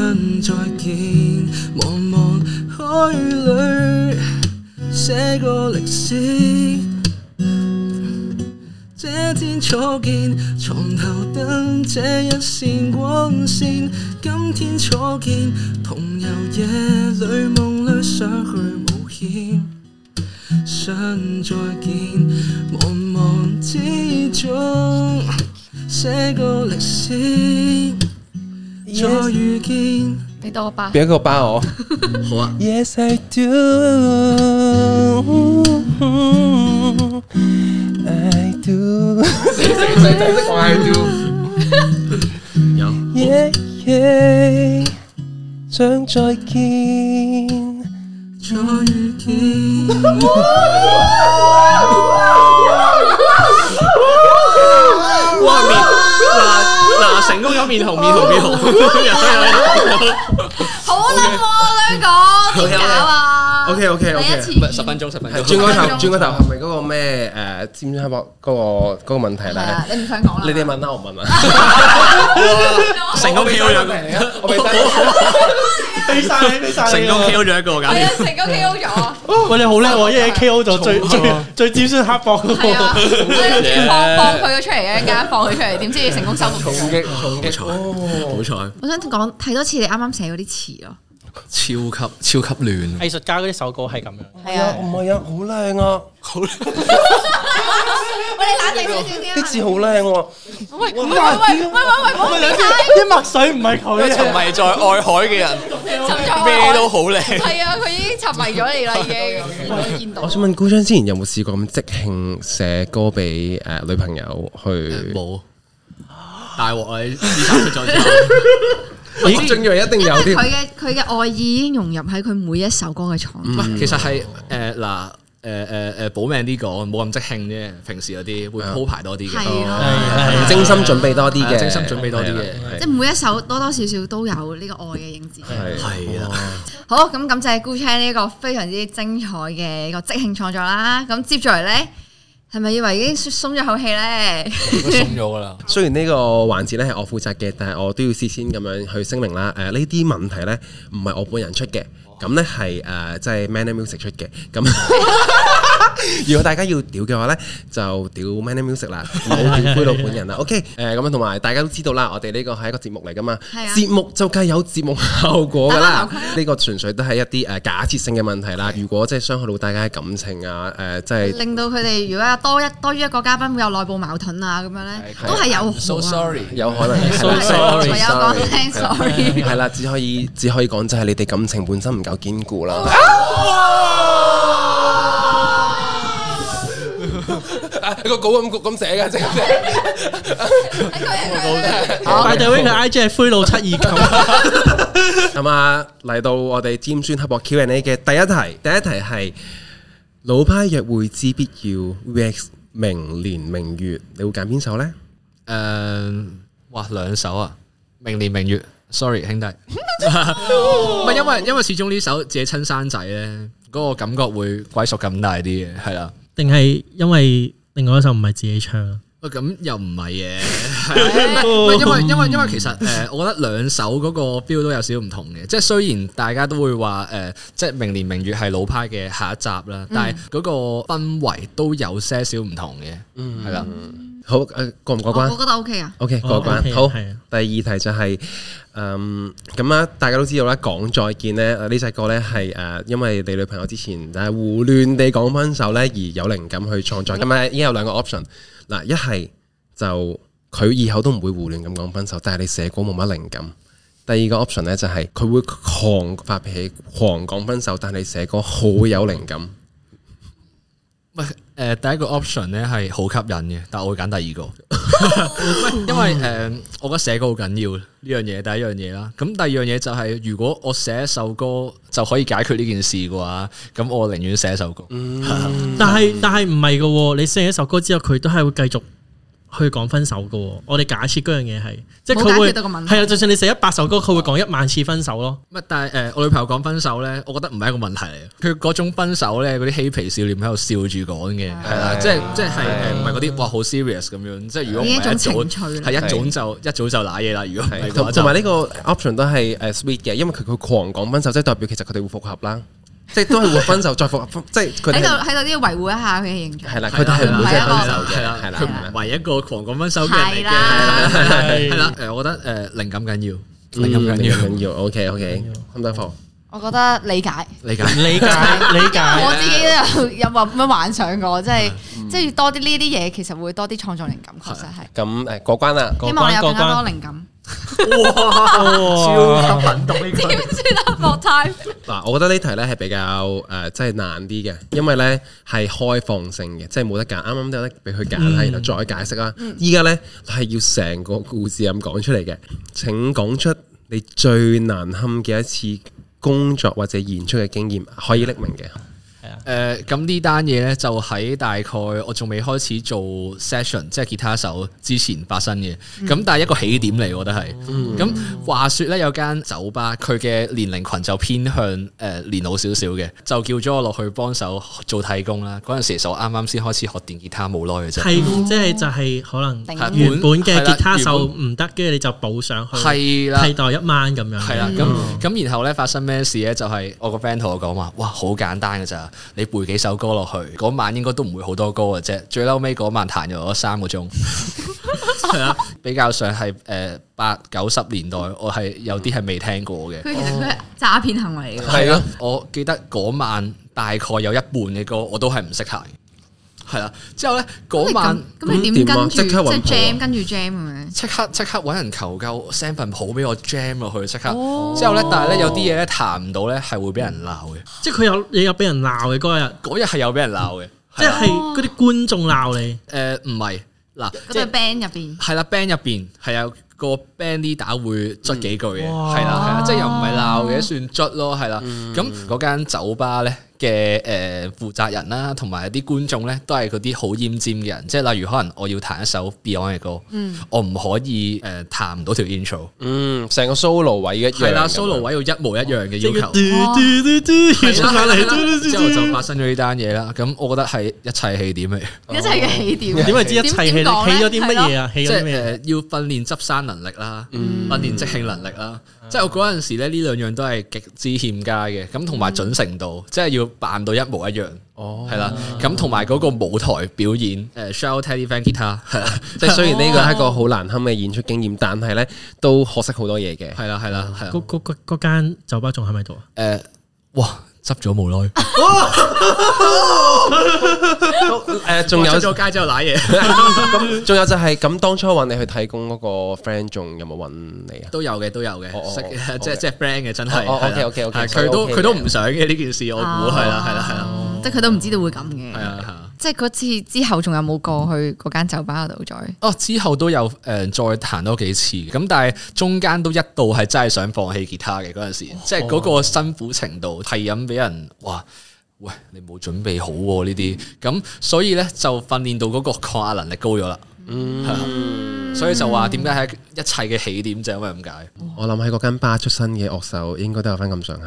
Speaker 3: 再見，望望海裏寫個歷史。這天初見，床頭燈這一線光線，今天初見，同遊夜裏夢裏想去冒險。想再見，茫茫之中寫個歷史。
Speaker 2: 再遇見，
Speaker 1: 俾多個包。
Speaker 2: 俾一個包 我。
Speaker 3: 好啊，
Speaker 2: Yes, I do. I do.
Speaker 3: 仔仔識我 I do，有
Speaker 2: Yeah, yeah. 想再見，再見。
Speaker 3: 哇面嗱嗱成功有面紅面紅面紅，有有有。
Speaker 1: 好啦，我兩個點搞啊
Speaker 2: OK，OK，OK，
Speaker 1: 第一次
Speaker 3: 唔係十分鐘，十分鐘。
Speaker 2: 轉個頭，轉個頭係咪嗰個咩誒尖酸刻薄嗰個嗰個問題
Speaker 1: 係
Speaker 2: 咧
Speaker 1: 啊？，你唔想講啦？
Speaker 2: 你哋問啦，我唔問啊 啦。
Speaker 3: 成功 KO 咗一
Speaker 1: 啊
Speaker 3: 個，
Speaker 2: 我俾得
Speaker 6: 俾晒你，俾晒
Speaker 3: 成功 KO 咗一個，搞
Speaker 1: 係啊
Speaker 3: 掂。，
Speaker 1: 成功 KO 咗，
Speaker 6: 哦喂，你好叻喎，一
Speaker 5: 啊
Speaker 6: 嘢 KO 咗最
Speaker 4: 啊
Speaker 6: 最最尖酸刻薄嗰
Speaker 1: 係啊，
Speaker 6: 個。
Speaker 1: 我諗住放放佢咗出嚟嘅，一陣間放佢出嚟，點知成功收復
Speaker 2: 重
Speaker 1: 咗。
Speaker 2: 擊，重擊。
Speaker 3: 好彩，好
Speaker 1: 我想講睇多次你啱啱寫嗰啲詞咯，
Speaker 3: 彩，超級超級亂，
Speaker 6: 藝術家嗰啲首歌係咁樣，
Speaker 1: 係啊，
Speaker 2: 唔係啊，好靚啊！
Speaker 3: 好
Speaker 1: 我哋冷靜少少先
Speaker 2: 啲
Speaker 1: 啊。
Speaker 2: 字好靚喎。
Speaker 1: 喂喂喂喂喂喂，唔好
Speaker 6: 喂，兩啲啲墨水唔係佢
Speaker 3: 沉
Speaker 6: 嘅，
Speaker 3: 迷在愛海嘅人，
Speaker 1: 沉咗
Speaker 3: 咩都好靚。
Speaker 1: 係啊，佢已經沉迷咗你啦，已經我見到
Speaker 2: 我。想問高章之前有冇試過咁即興寫歌俾誒女朋友去？
Speaker 3: 冇大鑊啊！資產出咗之後，
Speaker 2: 咦，仲以為一定有
Speaker 1: 因為佢
Speaker 2: 啲。
Speaker 1: 嘅佢嘅愛意已經融入喺佢每一首歌嘅創
Speaker 2: 嗯
Speaker 1: 作。
Speaker 3: 喂其實係誒嗱誒誒誒保命啲講，冇咁即興啫。平時有啲會鋪排多啲
Speaker 1: 係
Speaker 3: 嘅，
Speaker 1: 咯，
Speaker 6: 係
Speaker 2: 精心準備多啲
Speaker 3: 係啊
Speaker 2: 嘅，
Speaker 3: 精心準備多啲嘅
Speaker 2: 係
Speaker 1: 即係每一首多多少少都有呢個愛嘅影子。
Speaker 2: 係
Speaker 3: 係啊啦，
Speaker 1: 好，咁感謝 Gu Chan 呢個非常之精彩嘅一個即興創作啦。咁接住嚟咧，係咪以為已經鬆咗口氣咧？
Speaker 3: 鬆咗噶 啦。
Speaker 2: 雖然呢個環節咧係我負責嘅，但係我都要事先咁樣去聲明啦。誒呢啲問題咧唔係我本人出嘅，咁咧係誒即係 Man and Music 出嘅。咁 如果大家要屌嘅話咧，就屌 Man and Music 啦，唔好 屌灰佬本人啦。OK，誒咁樣啊同埋大家都知道啦，我哋呢個係一個節目嚟噶嘛
Speaker 1: 係啊，
Speaker 2: 節目就梗係有節目效果㗎
Speaker 1: 打
Speaker 2: 啦
Speaker 1: 翻頭盔。
Speaker 3: 啊
Speaker 2: 呢個純粹都係一啲誒假設性嘅問題啦。如果即係傷害到大家嘅感情啊，誒即 係。
Speaker 1: 令到佢哋如果有多一多於一個嘉賓會有內部矛盾啊，咁樣咧
Speaker 2: 係
Speaker 1: 都係有
Speaker 3: So
Speaker 1: 可能
Speaker 3: sorry，啊
Speaker 2: 有可能
Speaker 6: So
Speaker 1: 係
Speaker 6: sorry，
Speaker 1: 唯有講聲 sorry。
Speaker 2: 係啊啦，只可以只可以講就係你哋感情本身唔夠堅固啦。啊個稿咁咁寫嘅，即
Speaker 4: 啊
Speaker 6: 拜帝威佢 I G 係灰佬七二九，
Speaker 2: 咁啊，嚟到我哋尖酸刻薄 Q&A 嘅第一題，第一題係老派約會之必要 VX 明年明月，你會揀邊首呢？
Speaker 3: 誒，呃哇，兩首啊！明年明月，sorry 兄弟，唔係因為因為始終呢首自己親生仔咧，嗰個感覺會歸屬感大啲嘅，係啦。
Speaker 4: 定係因為另外一首唔係自己唱啊？
Speaker 3: 喂，咁又唔係嘅，唔係因為因為因為其實誒，我覺得兩首嗰個標都有少少唔同嘅，即係雖然大家都會話誒，即係明年明月係老派嘅下一集啦，但係嗰個氛圍都有些少唔同嘅，係啦，
Speaker 2: 好誒，過唔過關
Speaker 1: 我我？覺得 OK 啊，
Speaker 2: OK，
Speaker 4: 哦
Speaker 2: 過關。
Speaker 4: OK，
Speaker 2: 好，
Speaker 4: 係啊
Speaker 2: 第二題就係、嗯咁啊，大家都知道啦，講再見咧，呃呢隻歌咧係誒，因為你女朋友之前誒胡亂地講分手咧，而有靈感去創作。咁啊，已經有兩個 option，嗱，一係就佢以後都唔會胡亂咁講分手，但係你寫歌冇乜靈感。第二個 option 咧就係、佢會狂發脾氣、狂講分手，但係你寫歌好有靈感。
Speaker 3: 喂，誒、第一個 option 咧係好吸引嘅，但我會揀第二個，因為誒、我覺得寫歌好緊要呢樣嘢，第一樣嘢啦。咁第二樣嘢就係、如果我寫一首歌就可以解決呢件事嘅話，咁我寧願寫一首歌。
Speaker 4: 但係但係唔係嘅喎，你寫一首歌之後，佢都係會繼續去講分手嘅喎。我哋假設嗰樣嘢係，即係佢
Speaker 1: 冇
Speaker 4: 會
Speaker 1: 解決到個問題
Speaker 4: 係啊，就算你寫一百首歌，佢會講一萬次分手咯。
Speaker 3: 乜、但係誒、我女朋友講分手咧，我覺得唔係一個問題嚟嘅。佢嗰種分手咧，嗰啲嬉皮笑臉喺度笑住講嘅，係啦，即係即係誒唔係嗰啲哇好 serious 咁樣，即係如果唔係
Speaker 1: 已經
Speaker 3: 一早
Speaker 1: 一種情趣啦
Speaker 3: 係一早就一早就揦嘢啦。如果唔係嘅
Speaker 2: 同
Speaker 3: 話就
Speaker 2: 同埋呢個 option 都係誒 sweet 嘅，因為佢佢狂講分手，即係代表其實佢哋會復合啦，即係都係會分手再復合， 即係佢
Speaker 1: 喺
Speaker 2: 哋
Speaker 1: 度
Speaker 2: 係
Speaker 1: 喺度都要維護一下佢嘅形象。
Speaker 2: 係啦，佢哋係唔會真係分手
Speaker 3: 啊係
Speaker 2: 嘅，係
Speaker 3: 啦，
Speaker 2: 啦，
Speaker 3: 佢
Speaker 2: 係
Speaker 3: 唔
Speaker 2: 啦。
Speaker 3: 係一個狂講分手嘅人嚟
Speaker 1: 係啦
Speaker 3: 嘅，
Speaker 4: 係
Speaker 3: 係啦。誒，我覺得誒靈感緊要，
Speaker 2: 嗯
Speaker 3: 靈感緊要，
Speaker 2: 緊要，OK OK，咁多課
Speaker 5: 我覺得理解。
Speaker 3: 理解。
Speaker 6: 理解理
Speaker 5: 我
Speaker 6: 解。
Speaker 5: 自己都有有咁樣幻想過，即係即係多啲呢啲嘢，其實會多啲創作靈感，確實係。
Speaker 2: 咁誒過關啦，
Speaker 5: 希望你有
Speaker 6: 過
Speaker 5: 更加
Speaker 6: 關
Speaker 5: 多靈感。
Speaker 2: 超級狠毒呢個。
Speaker 1: 啊莫 太
Speaker 2: 嗱，我覺得呢題咧係比較誒，呃即係難啲嘅，因為咧係開放性嘅，即係冇得揀。啱啱都有得俾佢揀啦，然後再解釋啦。依家咧係要成個故事咁講出嚟嘅。請講出你最難堪嘅一次工作或者演出嘅經驗，可以匿名嘅。
Speaker 3: 誒咁呢單嘢咧，就喺大概我仲未開始做 session，即係吉他手之前發生嘅。
Speaker 2: 嗯
Speaker 3: 咁、但係一個起點嚟，我覺得係。咁、話說咧，有間酒吧，佢嘅年齡群就偏向誒、呃年老少少嘅，就叫咗我落去幫手做替工啦。嗰陣時其實我啱啱先開始學電吉他冇耐嘅啫。
Speaker 4: 提供即係就係可能
Speaker 5: 定
Speaker 1: 啊
Speaker 3: 係
Speaker 4: 原本
Speaker 3: 係
Speaker 4: 嘅
Speaker 3: 啦
Speaker 4: 吉他手
Speaker 3: 原
Speaker 4: 唔得，跟住你就補上去，
Speaker 3: 係啦
Speaker 4: 替代一晚咁樣。
Speaker 3: 係啦，咁咁然後咧發生咩事咧？就係、我個 friend 同我講話，哇，好簡單嘅咋，你背幾首歌落去，嗰晚應該都唔會好多歌嘅啫。最嬲尾嗰晚彈咗三個鐘，係啊， 比較上係誒八九十年代，我係有啲係未聽過嘅。
Speaker 1: 佢其實佢係詐騙行為嚟嘅。
Speaker 2: 係咯，
Speaker 3: 我記得嗰晚大概有一半嘅歌我都係唔識彈，係啦。之後咧嗰晚。
Speaker 1: 咁你點跟住即係
Speaker 2: 咁點啊即刻搵
Speaker 1: jam 跟住 jam 咁樣？
Speaker 3: 即刻即刻揾人求救，send 份譜俾我 jam 落去，即刻。之後咧，但係咧有啲嘢咧彈唔到咧，係會俾人鬧嘅。
Speaker 4: 即係佢有你有俾人鬧嘅嗰日，
Speaker 3: 嗰日係有俾人鬧嘅，
Speaker 4: 即
Speaker 3: 係啊
Speaker 4: 係嗰啲觀眾鬧你。
Speaker 3: 誒唔係嗱，
Speaker 1: 嗰
Speaker 3: 即
Speaker 1: 對
Speaker 3: 係
Speaker 1: band 入邊，
Speaker 3: 係啦，band 入邊係有個 band leader 會捽幾句嘅，係啦係啦，即係又唔係鬧嘅，算捽咯，係啦。咁嗰間酒吧咧嘅誒負責人啦，同埋啲觀眾咧，都係嗰啲好奄尖嘅人，即係例如可能我要彈一首 Beyond 嘅歌，
Speaker 5: 嗯
Speaker 3: 我唔可以誒彈唔到條 intro，
Speaker 2: 嗯，成個 solo 位一樣。
Speaker 4: 啊
Speaker 3: 係啦，solo。位要一模一樣嘅
Speaker 4: 即
Speaker 3: 要
Speaker 4: 係
Speaker 3: 求
Speaker 4: 嘟。嘟嘟嘟，要出上
Speaker 3: 係啦係
Speaker 4: 嚟
Speaker 3: 啦。之後就發生咗呢單嘢啦，咁我覺得係一切起點嚟。
Speaker 1: 一齊嘅起點。
Speaker 4: 點為之一切起
Speaker 1: 點
Speaker 4: 起
Speaker 1: 講咧
Speaker 4: 咗啲乜嘢啊？起
Speaker 3: 即
Speaker 4: 咗
Speaker 3: 係
Speaker 4: 啲咩啊？
Speaker 3: 誒要訓練執生能力啦，
Speaker 2: 嗯
Speaker 3: 訓練即興能力啦。即係我嗰陣時咧，呢兩樣都係極之欠佳嘅。咁同埋準程度，即係要扮到一模一樣。
Speaker 2: 嗯哦，
Speaker 3: 係啦，咁同埋嗰個舞台表演，誒 show Teddy Van Guitar，係啦，即係雖然呢個
Speaker 2: 呢個係一個好難堪嘅演出經驗，但係咧都學識好多嘢 嘅。
Speaker 3: 係啦係啦係
Speaker 2: 哦
Speaker 4: 嗰
Speaker 3: 啦，
Speaker 4: 嗰嗰嗰間酒吧仲喺咪度啊？
Speaker 3: 誒哇執咗冇耐，
Speaker 2: 誒，仲 有
Speaker 3: 出咗街之後攋嘢
Speaker 2: 咁，仲有就係咁，當初揾你去睇工嗰個 friend，仲有冇揾你啊？
Speaker 3: 都有嘅都有嘅
Speaker 2: 哦哦，
Speaker 3: 識
Speaker 2: 哦
Speaker 3: 即係
Speaker 2: okay
Speaker 3: 即係 friend 嘅真係。
Speaker 2: 哦哦
Speaker 3: 係啦
Speaker 2: OK，OK，OK，
Speaker 3: 係
Speaker 2: 所以
Speaker 3: 佢都
Speaker 2: OK 嘅
Speaker 3: 佢都唔想嘅呢件事，我估係啦係啦係啦
Speaker 1: 哦即係佢都唔知道會咁
Speaker 3: 係
Speaker 1: 嘅。
Speaker 3: 啊係啊。
Speaker 1: 即係嗰次之後，仲有冇過去嗰間酒吧嗰度再？
Speaker 3: 哦，之後都有誒、呃再彈多幾次，咁但係中間都一度係真係想放棄吉他嘅嗰陣時，即係嗰個辛苦程度係咁俾人哇，喂你冇準備好喎呢啲，咁所以呢，就訓練到嗰個抗壓能力高咗啦，係啊所以就話點解係一切嘅起點就係因為咁解，
Speaker 2: 我諗喺嗰間巴出身嘅樂手，應該都有翻咁上下。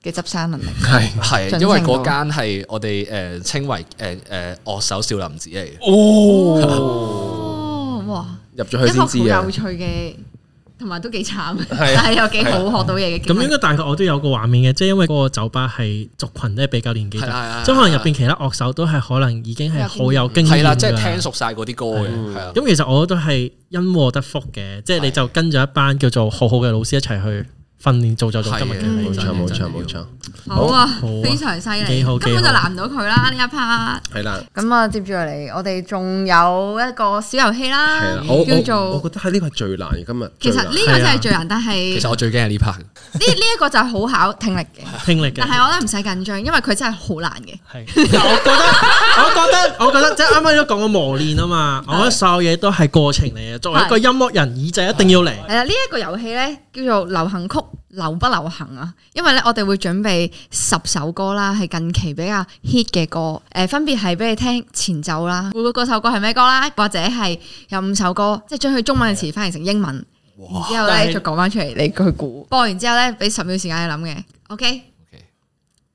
Speaker 1: 嘅執生能力，
Speaker 2: 係
Speaker 3: 係
Speaker 1: 準
Speaker 3: 因為
Speaker 1: 程
Speaker 3: 嗰
Speaker 1: 度
Speaker 3: 間係我哋誒、呃稱為誒誒樂手少林寺嚟嘅。
Speaker 1: 哦，哇！
Speaker 2: 入
Speaker 1: 一
Speaker 2: 咗去
Speaker 1: 個
Speaker 2: 先
Speaker 1: 好
Speaker 2: 知啊
Speaker 1: 有！趣嘅，同埋都幾慘，
Speaker 2: 係
Speaker 1: 但係又幾好學到嘢嘅經
Speaker 4: 咁應
Speaker 1: 歷。
Speaker 4: 該大概我都有個畫面嘅，即係因為嗰個酒吧係族群都係比較年紀
Speaker 3: 係啊係啊
Speaker 4: 大，即係可能入邊其他樂手都係可能已經係好有經驗
Speaker 3: 係啦，
Speaker 4: 㗎
Speaker 3: 即係聽熟晒嗰啲歌嘅，係啊，
Speaker 4: 咁其實我都係因禍得福嘅，即係你就跟咗一班叫做好好嘅老師一齊去訓練，造就咗今日 嘅
Speaker 2: 冇
Speaker 4: 你。
Speaker 2: 錯
Speaker 3: 真係
Speaker 2: 冇
Speaker 3: 真
Speaker 2: 錯
Speaker 3: 係
Speaker 2: 冇錯，
Speaker 1: 好啊
Speaker 4: 好啊，
Speaker 1: 非常犀利，
Speaker 4: 幾好
Speaker 1: 根本就
Speaker 4: 幾好
Speaker 1: 難唔到佢啦呢一 part。
Speaker 2: 係啦。
Speaker 1: 咁啊，接住落嚟，我哋仲有一個小遊戲
Speaker 2: 係
Speaker 1: 啦
Speaker 2: 啦，，我
Speaker 1: 啊叫
Speaker 2: 我我
Speaker 1: 做
Speaker 2: 覺得喺呢個係最難嘅今日。
Speaker 1: 其實
Speaker 2: 最
Speaker 1: 呢
Speaker 2: 難
Speaker 1: 個真
Speaker 4: 係啊
Speaker 1: 係最難，但係
Speaker 3: 其實我最驚係呢 part。
Speaker 1: 呢呢一個就係好考聽力嘅，
Speaker 4: 聽力嘅
Speaker 1: 但。係我覺得唔使緊張，因為佢真係好難嘅。
Speaker 6: 係
Speaker 4: 我覺得，我覺得，我覺得，即係啱啱都講過磨練啊嘛。我覺得所有嘢都係過程嚟嘅。作為一個音樂人，耳仔一定要嚟。
Speaker 1: 係啊啦，呢一個遊戲咧叫做流行曲流不流行啊？因為咧我哋會準備十首歌啦，係近期比較 hit 嘅歌，誒、分別係俾你聽前奏啦，每個嗰首歌係咩歌啦，或者係有五首歌，即係將佢中文嘅詞翻譯成英文，然之後
Speaker 6: 但
Speaker 1: 咧
Speaker 6: 係
Speaker 1: 再講翻出嚟，你去估。播完之後咧，俾十秒時間你諗嘅，OK？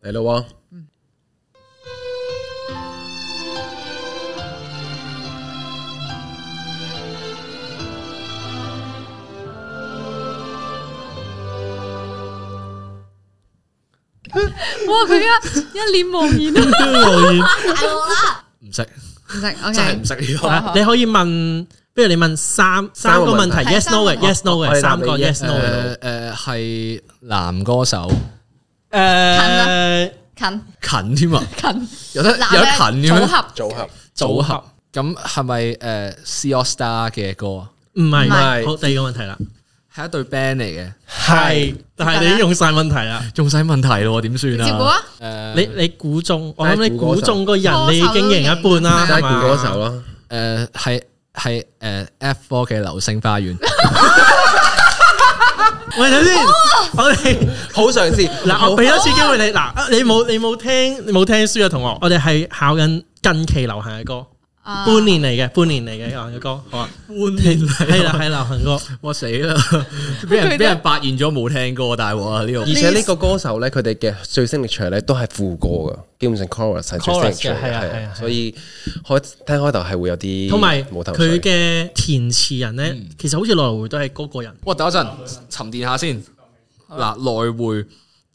Speaker 2: 嚟咯
Speaker 1: 哇！佢一一臉茫然啊，
Speaker 3: 唔識，
Speaker 1: 唔識
Speaker 3: 真係
Speaker 1: OK
Speaker 3: 唔。識呢
Speaker 1: 好
Speaker 3: 個。
Speaker 4: 你可以問，不如你問三三個問題
Speaker 1: 係
Speaker 4: ，yes no 嘅，yes no
Speaker 2: 我
Speaker 4: 嘅，
Speaker 2: 哋答
Speaker 4: 三
Speaker 2: 你
Speaker 4: 個
Speaker 2: yes，
Speaker 4: yes no 嘅。
Speaker 3: 誒誒呃係男歌手
Speaker 6: 誒
Speaker 1: 近
Speaker 3: 近添啊，
Speaker 1: 近
Speaker 3: 有得有
Speaker 1: 男嘅
Speaker 3: 得近添
Speaker 1: 組
Speaker 3: 咩？
Speaker 1: 合
Speaker 2: 組合
Speaker 3: 組合咁係咪誒呃 C All Star 嘅歌啊？
Speaker 4: 唔係，
Speaker 1: 唔
Speaker 2: 係
Speaker 4: 好第二個問題啦。
Speaker 3: 係一對 band 嚟嘅，
Speaker 4: 係，但係你已經用晒問題啦。
Speaker 3: 仲使問題咯，點算
Speaker 1: 照顧
Speaker 3: 啊？
Speaker 7: 誒
Speaker 1: 啊，
Speaker 4: 你你估中，我諗你
Speaker 2: 估歌
Speaker 4: 估
Speaker 2: 手
Speaker 4: 中個人，你已經贏一半啦，
Speaker 2: 即係
Speaker 4: 係
Speaker 2: 估
Speaker 4: 嘛？
Speaker 2: 歌手咯，
Speaker 3: 誒呃係係誒 F 4嘅《流星花園》，
Speaker 4: 喂，等先，我哋
Speaker 3: 好嘗試
Speaker 4: 嗱，我俾多次機會你，嗱，你冇你冇聽你冇聽書嘅同學，我哋係考緊近期流行嘅歌，
Speaker 1: 啊
Speaker 4: 半年嚟嘅，半年嚟嘅流行嘅歌，好啊，
Speaker 3: 半年嚟
Speaker 4: 係啦係流行歌，
Speaker 3: 我死啦！俾人俾人發現咗冇聽歌，大鑊啊！呢
Speaker 2: 而
Speaker 3: 個
Speaker 2: 且呢個歌手咧，佢哋嘅最升力場咧都係副歌噶，基本上 chorus 係最升力
Speaker 6: Chorus 嘅
Speaker 2: 場
Speaker 6: 係啊
Speaker 2: 嘅，
Speaker 6: 係
Speaker 2: 係
Speaker 6: 啊
Speaker 2: 啊，所以開聽開頭係會有啲
Speaker 4: 同埋
Speaker 2: 冇頭
Speaker 4: 佢
Speaker 2: 緒。
Speaker 4: 嘅填詞人咧，其實好似來來回都係嗰個人，
Speaker 3: 哇，等一陣沉澱下先。嗱，來回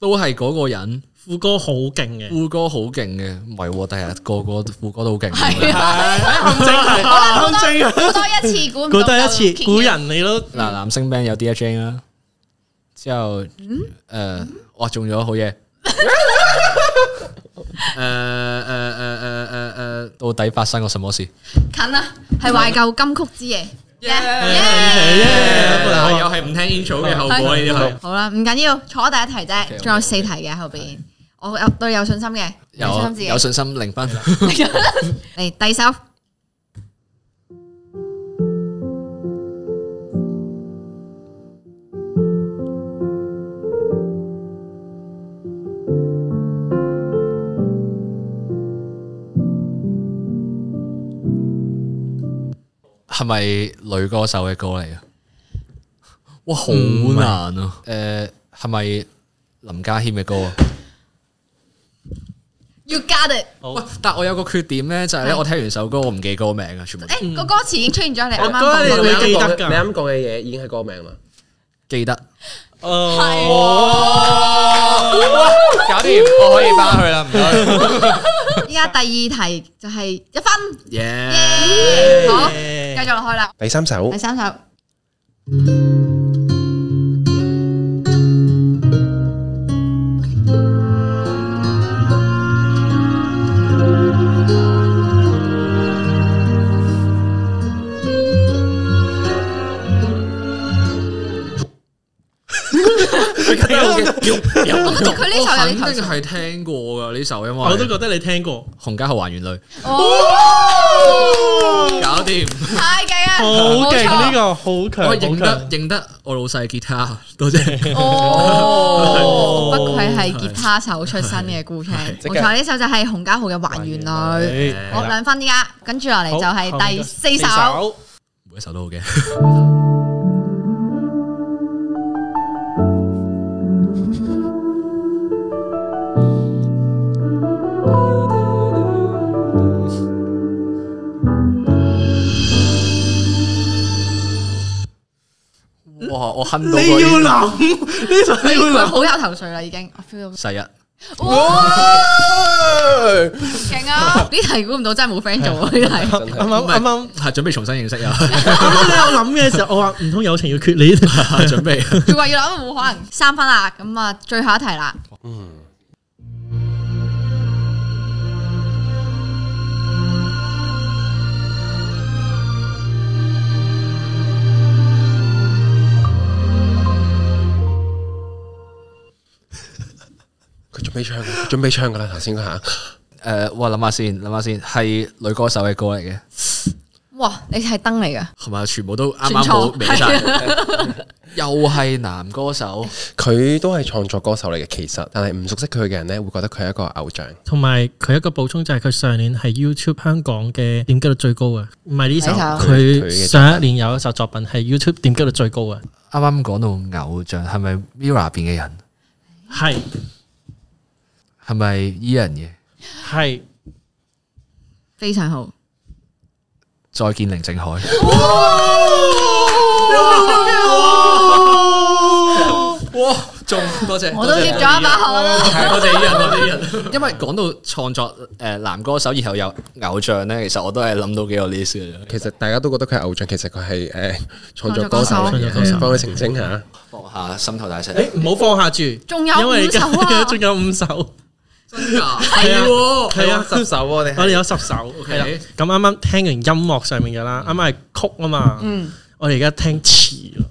Speaker 3: 都係嗰個人，
Speaker 4: 副歌好勁嘅，
Speaker 3: 副歌好勁嘅，唔係喎，第日個個副歌都好勁。
Speaker 1: 係啊，
Speaker 4: 陷阱係陷阱
Speaker 1: 估多一次估唔
Speaker 4: 估
Speaker 1: 到
Speaker 4: 得一
Speaker 1: 就
Speaker 4: 次，
Speaker 1: 揭
Speaker 4: 估
Speaker 1: 曉
Speaker 4: 人你都
Speaker 3: 嗱，男聲 band 有 D J 啦，之後
Speaker 1: 嗯
Speaker 3: 誒，哇中咗好嘢！誒誒
Speaker 1: 嗯
Speaker 3: 呃誒誒誒誒，呃到底發生過什麼事？
Speaker 1: 近啊，係懷舊金曲之夜。
Speaker 3: 嗱，又係唔聽 intro 嘅
Speaker 4: 啊
Speaker 3: 後果呢啲係。
Speaker 1: 好啦，唔緊要，坐第一題啫，仲有四題嘅後邊，我有對有信心嘅，有信
Speaker 3: 有
Speaker 1: 心
Speaker 3: 有
Speaker 1: 自
Speaker 3: 信心零分，
Speaker 1: 己。嚟第首，
Speaker 3: 係咪女歌手嘅歌嚟啊？哇，好難啊！誒，係咪林家謙嘅歌啊？
Speaker 1: You got it！
Speaker 3: 喂，但我有個缺點咧，就係咧，我聽完首歌我唔記歌名啊，全部
Speaker 1: 誒，個歌詞已經出現咗，你啱啱
Speaker 2: 覺
Speaker 1: 講
Speaker 2: 得
Speaker 1: 過
Speaker 2: 你
Speaker 1: 啦。
Speaker 2: 啱講
Speaker 4: 你記得
Speaker 2: 嘅
Speaker 4: 㗎
Speaker 2: 你啱講嘅嘢已經係歌名啦。
Speaker 3: 記得。
Speaker 1: 哦
Speaker 7: 搞掂，我可以翻去啦，唔該。
Speaker 1: 依家第二題就係一分，
Speaker 3: 耶！
Speaker 1: 耶！好，繼續落去啦。
Speaker 2: 第三首
Speaker 1: 第三首，我覺得佢呢首有啲頭
Speaker 3: 肯定
Speaker 1: 緒。
Speaker 3: 係聽過噶呢首，因為
Speaker 4: 我都覺得你聽過，
Speaker 3: 洪家豪還原淚，
Speaker 1: 哦，
Speaker 3: 搞掂，
Speaker 1: 太勁啦！
Speaker 4: 好
Speaker 1: 冇
Speaker 4: 勁啊
Speaker 1: 錯
Speaker 4: 呢個，好強，
Speaker 3: 我
Speaker 4: 好
Speaker 3: 認得
Speaker 4: 強。
Speaker 3: 認得我老細吉他，多謝。
Speaker 1: 哦，不愧係吉他手出身嘅顧青，
Speaker 2: 即
Speaker 1: 冇
Speaker 2: 刻
Speaker 1: 錯，呢首就係洪家豪嘅《還原淚》。好兩分依家，跟住落嚟就係第四首。
Speaker 3: 每一首都好嘅，哇！我哼到
Speaker 4: 你
Speaker 3: 個
Speaker 4: 要諗呢首，你
Speaker 1: 佢
Speaker 4: 要諗。
Speaker 1: 好有頭緒啦，已經，我 feel 到。
Speaker 3: 細日，
Speaker 1: 哇，勁啊！呢題估唔到，真係冇 friend 做啊！呢題
Speaker 2: 真
Speaker 4: 啱
Speaker 2: 係
Speaker 4: 啱啱啱
Speaker 3: 係準備重新認 識啊！
Speaker 4: 啱啱你有諗嘅時候，我話唔通友情要決裂？
Speaker 3: 準備
Speaker 1: 仲話要諗冇可能三分啦，咁啊，最後一題啦。
Speaker 2: 佢準備唱㗎，準備唱噶啦，頭先嗰下。
Speaker 3: 誒，哇！諗下先，諗下先，係女歌手嘅歌嚟嘅，
Speaker 1: 哇，你係燈嚟噶，
Speaker 3: 係咪？全部都啱
Speaker 1: 全
Speaker 3: 啱好
Speaker 1: 錯
Speaker 3: 歪晒，又係男歌手。
Speaker 2: 佢都係創作歌手嚟嘅，其實，但係唔熟悉佢嘅人咧，會覺得佢係一個偶像。
Speaker 4: 同埋佢一個補充就係佢上年係 YouTube 香港嘅點擊率最高嘅，唔係呢首，
Speaker 1: 呢
Speaker 2: 首
Speaker 4: 佢上一年有一首作品係 YouTube 點擊率最高嘅，
Speaker 3: 啱啱講到偶像，係咪 Mira 入邊嘅人？
Speaker 4: 係
Speaker 3: 係咪 Ian 嘅？
Speaker 4: 係
Speaker 1: 非常好。
Speaker 3: 再見寧靜海。哇！中多謝，
Speaker 1: 我都接咗一把口啊啦。
Speaker 3: 係多謝 Ian，多謝 Ian。因為 講到創作誒男歌手，然後有偶像咧，其實我都係諗到幾個 list 嘅啫。
Speaker 2: 其實大家都覺得佢係偶像，其實佢係誒創作歌手
Speaker 4: 創
Speaker 2: 嚟
Speaker 4: 作歌手
Speaker 2: 嘅，幫佢澄 清下。
Speaker 3: 放下心頭大石。
Speaker 4: 誒唔好放下住，
Speaker 1: 仲有
Speaker 4: 因為
Speaker 1: 五首啊
Speaker 4: 仲有五首，
Speaker 3: 真㗎？
Speaker 4: 係啊
Speaker 3: 喎
Speaker 4: 係啊，
Speaker 2: 首我哋
Speaker 4: 我哋有十首，係啦。咁啱啱
Speaker 1: 嗯
Speaker 4: 聽完音樂上面嘅啦，啱啱係曲啊嘛，我哋而家聽詞咯。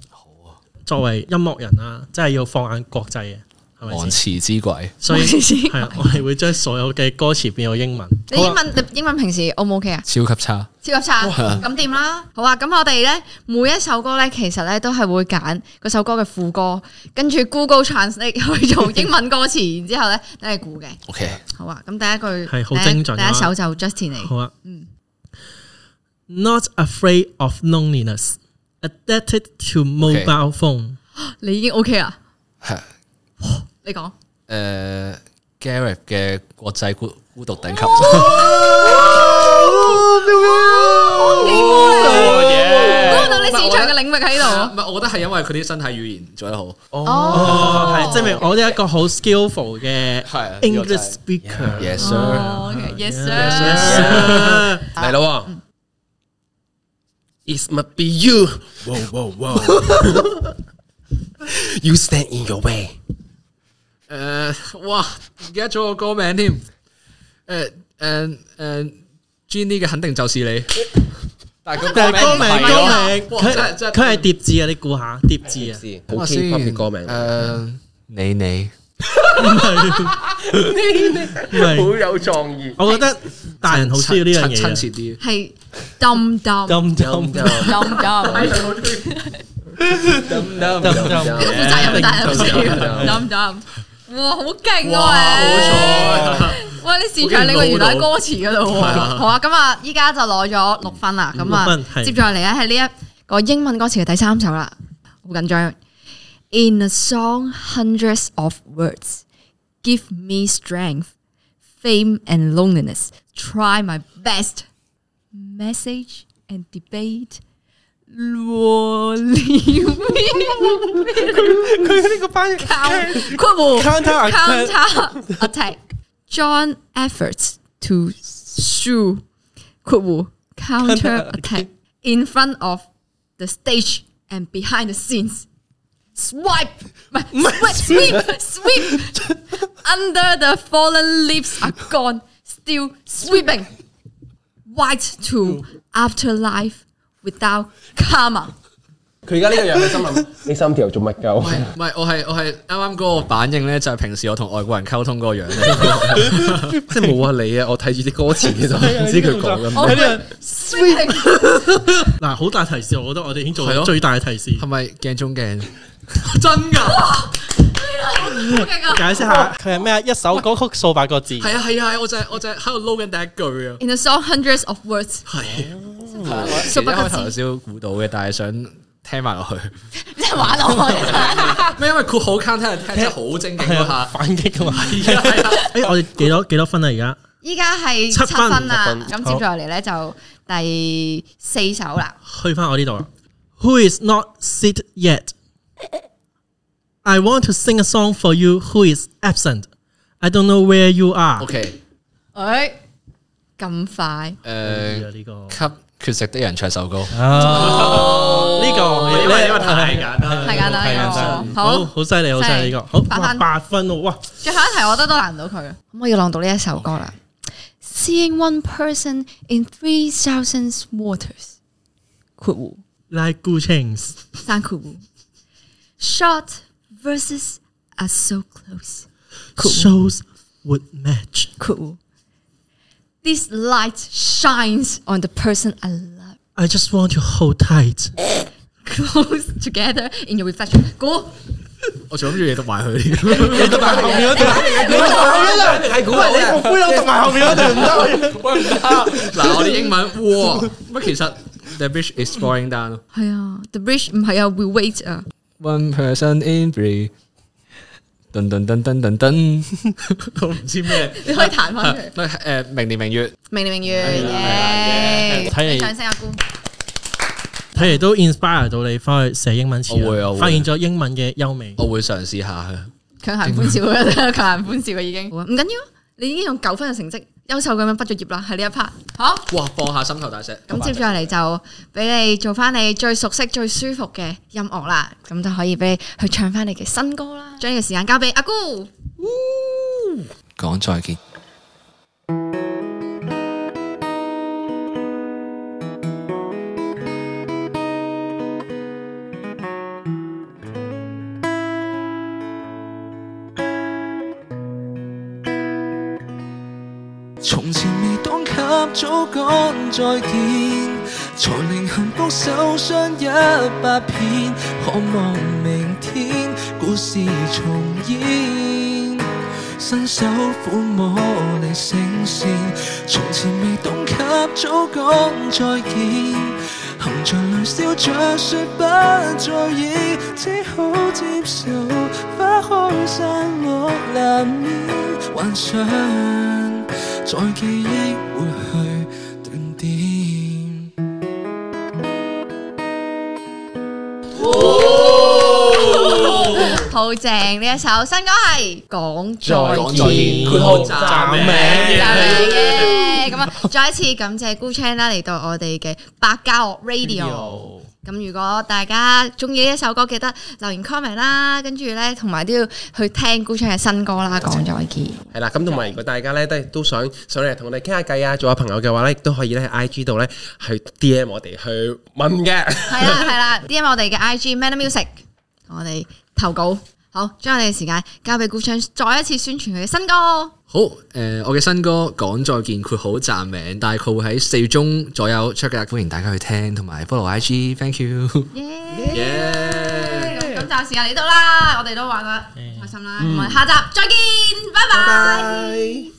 Speaker 4: 作為音樂人啊，真係要放眼國際嘅，係咪
Speaker 3: 昂
Speaker 4: 先？
Speaker 3: 詞之鬼，
Speaker 4: 所以
Speaker 1: 我知知
Speaker 4: 係啊，我哋會將所有嘅歌詞變到英文。啊
Speaker 1: 你英文你英文平時 O 唔 OK 啊？
Speaker 3: 超級差。
Speaker 1: 超級差，
Speaker 3: 哇
Speaker 1: 咁掂啦。好啊，咁我哋咧每一首歌咧，其實咧都係會揀嗰首歌嘅副歌，跟住 Google Translate 去做英文歌詞，然之後咧等你估嘅。
Speaker 3: OK，
Speaker 1: 好啊，咁第一句
Speaker 4: 係好精準啊
Speaker 1: 第一第一首就 Justin 嚟。
Speaker 4: 好啊。Not afraid of loneliness, adapted to mobile phone。
Speaker 1: 你已經 OK 啦，
Speaker 3: 係
Speaker 1: 你講。
Speaker 3: 誒 Gareth 嘅國際孤孤獨頂級，
Speaker 1: 估唔到你擅長嘅領域喺
Speaker 3: 唔
Speaker 1: 度。
Speaker 3: 係，我覺得係因為佢啲身體語言做得好。
Speaker 1: 哦
Speaker 4: 係，證明我呢一個好 skillful 嘅
Speaker 3: 係啊呢個真係
Speaker 4: English speaker。
Speaker 3: Yes sir，
Speaker 1: 哦，OK，yes
Speaker 4: Yes,
Speaker 1: sir。
Speaker 4: sir
Speaker 3: 嚟咯喎。
Speaker 2: It must be you. Whoa, whoa, whoa. you stand in your way.
Speaker 3: 誒，哇！唔記得咗個歌名添。誒誒誒，Jenny 嘅肯定就是你，但係個
Speaker 4: 但係歌
Speaker 3: 歌
Speaker 4: 名
Speaker 3: 名
Speaker 4: 歌名，
Speaker 3: 哇真係
Speaker 4: 佢
Speaker 3: 真係
Speaker 4: 佢係疊字啊！你估下疊字啊？
Speaker 2: 是好 K-pop 嘅歌名。
Speaker 3: 誒，你你
Speaker 4: 唔係，
Speaker 2: 有創意。
Speaker 4: 我覺得大人好需要呢樣嘢
Speaker 3: 親
Speaker 4: 啊。
Speaker 3: 切啲。
Speaker 1: 係 dum dum
Speaker 4: 咁咁咁
Speaker 1: dum dum，
Speaker 4: 咁
Speaker 1: 負責任大人嚟嘅 dum dum。哇，好勁啊！你哇！你擅長你個原來喺歌詞嗰度喎，好啊！咁啊，依家就攞咗六分啦，咁
Speaker 4: 六
Speaker 1: 啊
Speaker 4: 分，係
Speaker 1: 接住落嚟咧係呢一個英文歌詞嘅第三首啦，好緊張。In a song hundreds of words, give me strength, fame and loneliness. Try my best. Message and debate. Lonely me.
Speaker 6: 佢呢個班
Speaker 1: Count- 括弧
Speaker 6: Counter attack
Speaker 1: counter attack. John efforts to sue 括弧 counter attack in front of the stage and behind the scenes. Swipe 唔係 sweep sweep under the fallen leaves are gone, still sweeping. White to
Speaker 4: Mm.
Speaker 1: afterlife without karma.
Speaker 2: 佢而家呢個樣，佢心諗你心跳做乜鳩？
Speaker 3: 唔係，我啊係我係啱啱嗰個反應咧，就係平時我同外國人溝通嗰個 樣咧。
Speaker 2: 即係冇啊你啊！我睇住啲歌詞其實我
Speaker 3: 啊
Speaker 2: 唔知佢講緊乜。
Speaker 1: 我會 sweeping
Speaker 4: 嗱，好大提示，我覺得我哋已經做
Speaker 3: 係咯
Speaker 4: 到最大嘅提示。
Speaker 3: 係咪鏡中鏡？真㗎？
Speaker 4: 解釋下，
Speaker 6: 佢係咩啊？一首歌曲數百個字，
Speaker 3: 係啊係啊係啊！我就係我就係喺度撈緊第一句啊。 哦
Speaker 1: in a song hundreds of words。
Speaker 3: 係，一開頭有少少估到嘅，但係想聽埋落去。
Speaker 5: 即係玩我哋。
Speaker 3: 咩？因為括好 count 聽人聽真係好精勁
Speaker 6: 係
Speaker 3: 嗰
Speaker 6: 啊，
Speaker 3: 下。
Speaker 6: 反擊噶嘛。
Speaker 3: 係啊係啊
Speaker 4: 誒，我哋幾多幾多分啊？而家
Speaker 1: 依家係
Speaker 4: 七
Speaker 1: 七
Speaker 4: 分
Speaker 1: 分啦，
Speaker 2: 七
Speaker 1: 咁接住落嚟咧就第四首啦。
Speaker 4: 去翻我呢度啦。Who is not sit yet? I want to sing a song for you. Who is absent? I don't know where you are。
Speaker 3: OK，
Speaker 1: 誒，咁快
Speaker 3: 誒，
Speaker 4: 呢個
Speaker 3: 給缺席的人唱首歌。
Speaker 4: 呢個因為因為太簡單，
Speaker 1: 太簡單啦！
Speaker 4: 好
Speaker 1: 好，
Speaker 4: 好犀利，好犀利呢個，好
Speaker 1: 八
Speaker 4: 哇
Speaker 1: 分
Speaker 4: 八分喎，哇！
Speaker 1: 最後一題我覺得都難唔到佢。咁我要朗讀呢一首歌啦。Seeing one person in three thousand waters，括弧
Speaker 4: Like good things，
Speaker 1: 三括弧，short versus are so close，括弧
Speaker 4: shows would match。
Speaker 1: 括弧，this light shines on the person I love。
Speaker 4: I just want to hold tight。
Speaker 1: close together in your reflection。估
Speaker 3: 我仲諗住你讀埋佢添。 嗱，我啲英文 哇，乜其實 The beach is falling down。
Speaker 1: 係啊，The Bridge 唔係啊，We Wait 啊。
Speaker 3: One person in three。噔噔噔噔噔噔， 我唔 知咩。
Speaker 1: 你可以彈翻佢。
Speaker 3: 都 係誒，明年明月。
Speaker 1: 明年明月，耶！
Speaker 6: 睇嚟
Speaker 1: 掌聲阿姑。
Speaker 4: 睇嚟都 inspire 到你翻去寫英文詞
Speaker 3: 我會啊
Speaker 4: 啦
Speaker 3: 我，會
Speaker 4: 發現咗英文嘅優美。
Speaker 3: 我會嘗試下嘅。
Speaker 1: 強行歡笑 啦，強行歡笑嘅已經。好啊唔緊要，你已經用九分嘅成績，優秀咁樣畢咗業啦，喺呢一 part。好，
Speaker 3: 哇，放下心頭大石。
Speaker 1: 咁接住落嚟就俾你做翻你最熟悉、最舒服嘅音樂啦，咁就可以俾你去唱翻你嘅新歌啦。將呢個時間交俾阿姑。
Speaker 3: 講再見。
Speaker 8: Hãy subscribe cho kênh Ghiền Mì Gõ Để không bỏ lỡ 早講再見，才令幸福受傷一百遍。渴望明天故事重演，伸手撫摸你聲線，從前未懂及早講再見，含着淚笑着說不在意，只好接受花開散落難免，幻想在記憶活去斷點。
Speaker 1: 好正呢一首新歌係講
Speaker 2: 講
Speaker 1: 再
Speaker 2: 再
Speaker 1: 見
Speaker 2: 見。括號
Speaker 3: 站名
Speaker 1: 就
Speaker 3: 嘅
Speaker 1: 嚟嘅咁啊！再一次感謝 Good Chan 啦，嚟到我哋嘅百家樂 Radio。咁如果大家中意呢一首歌，記得留言 comment 啦，跟住咧同埋都要去聽 Good Chan 嘅新歌啦，講再見。
Speaker 2: 係啦，咁同埋如果大家咧都都想上嚟同我哋傾下偈啊，做下朋友嘅話咧，亦都可以咧喺 IG 度咧去 DM 我哋去問嘅。
Speaker 1: 係啦係啦，DM 我哋嘅 IG Man Music，我哋投稿。好，將我哋嘅時間交俾 Good Chan，再一次宣傳佢嘅新歌。
Speaker 3: 好，誒、我嘅新歌《講再見》括好站名，大概會喺四月中左右出嘅，歡迎大家去聽，同埋 follow IG，thank you。
Speaker 1: 耶！咁就時間嚟到啦，我哋都玩得開心啦，咁我哋下集再見，拜拜。
Speaker 2: 拜。